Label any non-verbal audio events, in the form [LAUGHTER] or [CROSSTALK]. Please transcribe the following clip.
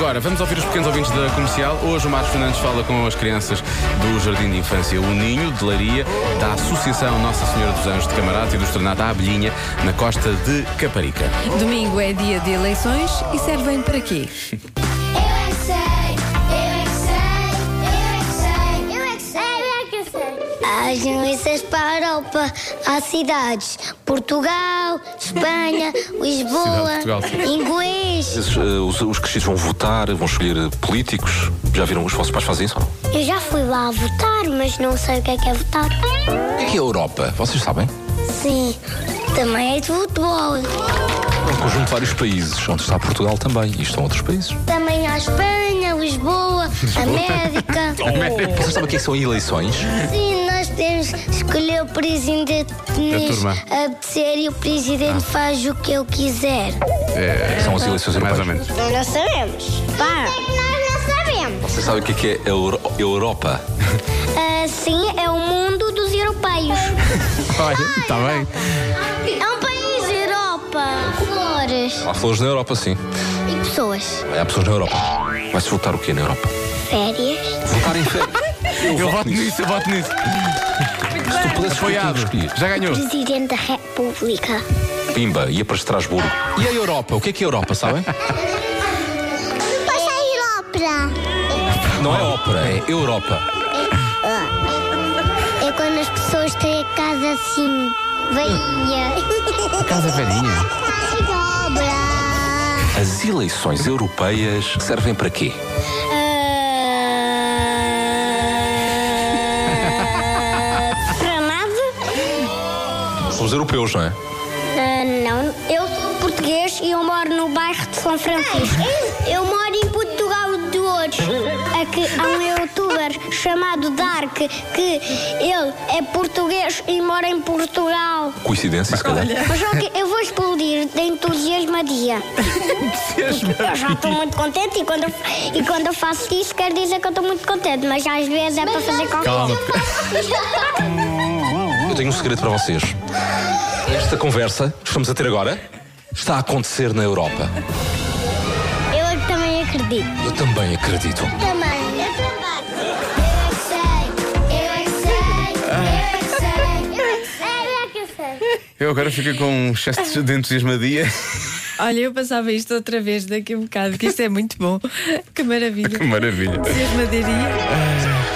Agora, vamos ouvir os pequenos ouvintes da comercial. Hoje o Marcos Fernandes fala com as crianças do Jardim de Infância O Ninho, de Laria, da Associação Nossa Senhora dos Anjos de Camarata e do Estrenado à Abelhinha, na costa de Caparica. Domingo é dia de eleições e servem para quê? Eu é que sei, eu é que sei, eu é que sei, eu é que sei, eu é que sei. As doenças para a Europa, há cidades: Portugal, [LAUGHS] Espanha, Lisboa, Cidade de Portugal, sim. inglês. Esses, eh, os, os crescidos vão votar, vão escolher eh, políticos. Já viram os vossos pais fazem isso ou não? Eu já fui lá votar, mas não sei o que é que é votar. O que é que é a Europa? Vocês sabem? Sim, também é de futebol. É um conjunto de vários países, onde está Portugal também, e estão outros países. Também há Espanha, Lisboa, [LAUGHS] América. Vocês sabem o que é que são eleições? Sim, nós temos que escolher o presidente que nos turma. Ah. apetecer e o presidente faz o que eu quiser. São as eleições É, Mais ou europeias. menos. Nós não sabemos. Pá. é Nós não sabemos. Vocês sabem o que é que é a Euro- Europa? sim, é o mundo dos europeus. Olha, está bem. É um país Europa. Flores. Há flores na Europa, sim. E pessoas. Há pessoas na Europa. Vai-se votar o quê na Europa? Férias. Votar em férias. Eu voto nisso, eu voto nisso. Se tu pudesses escolher, Apoiado. quem escolhias? Já ganhou. Presidente da República. Pimba, ia para Estrasburgo. E a Europa? O que é que é a Europa, sabem? Depois sair ópera. Não é ópera, é Europa. É quando as pessoas têm a casa assim, veinha. Casa [LAUGHS] velhinha. Obra. As eleições europeias servem para quê? Ah, Para nada? Somos europeus, não é? Ah, não, eu sou português e eu moro no bairro de São Francisco. Eu moro em Portugal de hoje. É que há um youtuber chamado Dark que ele é português e mora em Portugal. Coincidência, se calhar. Mas ok, eu vou explodir de entusiasmadia. Eu já estou muito contente e quando, eu- e quando eu faço isso quer dizer que eu estou muito contente, mas às vezes é para fazer qualquer Calma. Eu tenho um segredo para vocês. Esta conversa que estamos a ter agora está a acontecer na Europa. [LAUGHS] Eu é também acredito. Eu também acredito. Também. Eu também. Eu é que sei, eu é que sei, eu é que sei, eu é que sei. Eu agora fico com um excesso de entusiasmadia. [LAUGHS] Olha, eu passava isto outra vez daqui a um bocado, que isto é muito bom. Que maravilha. Que maravilha. Entusiasmaria.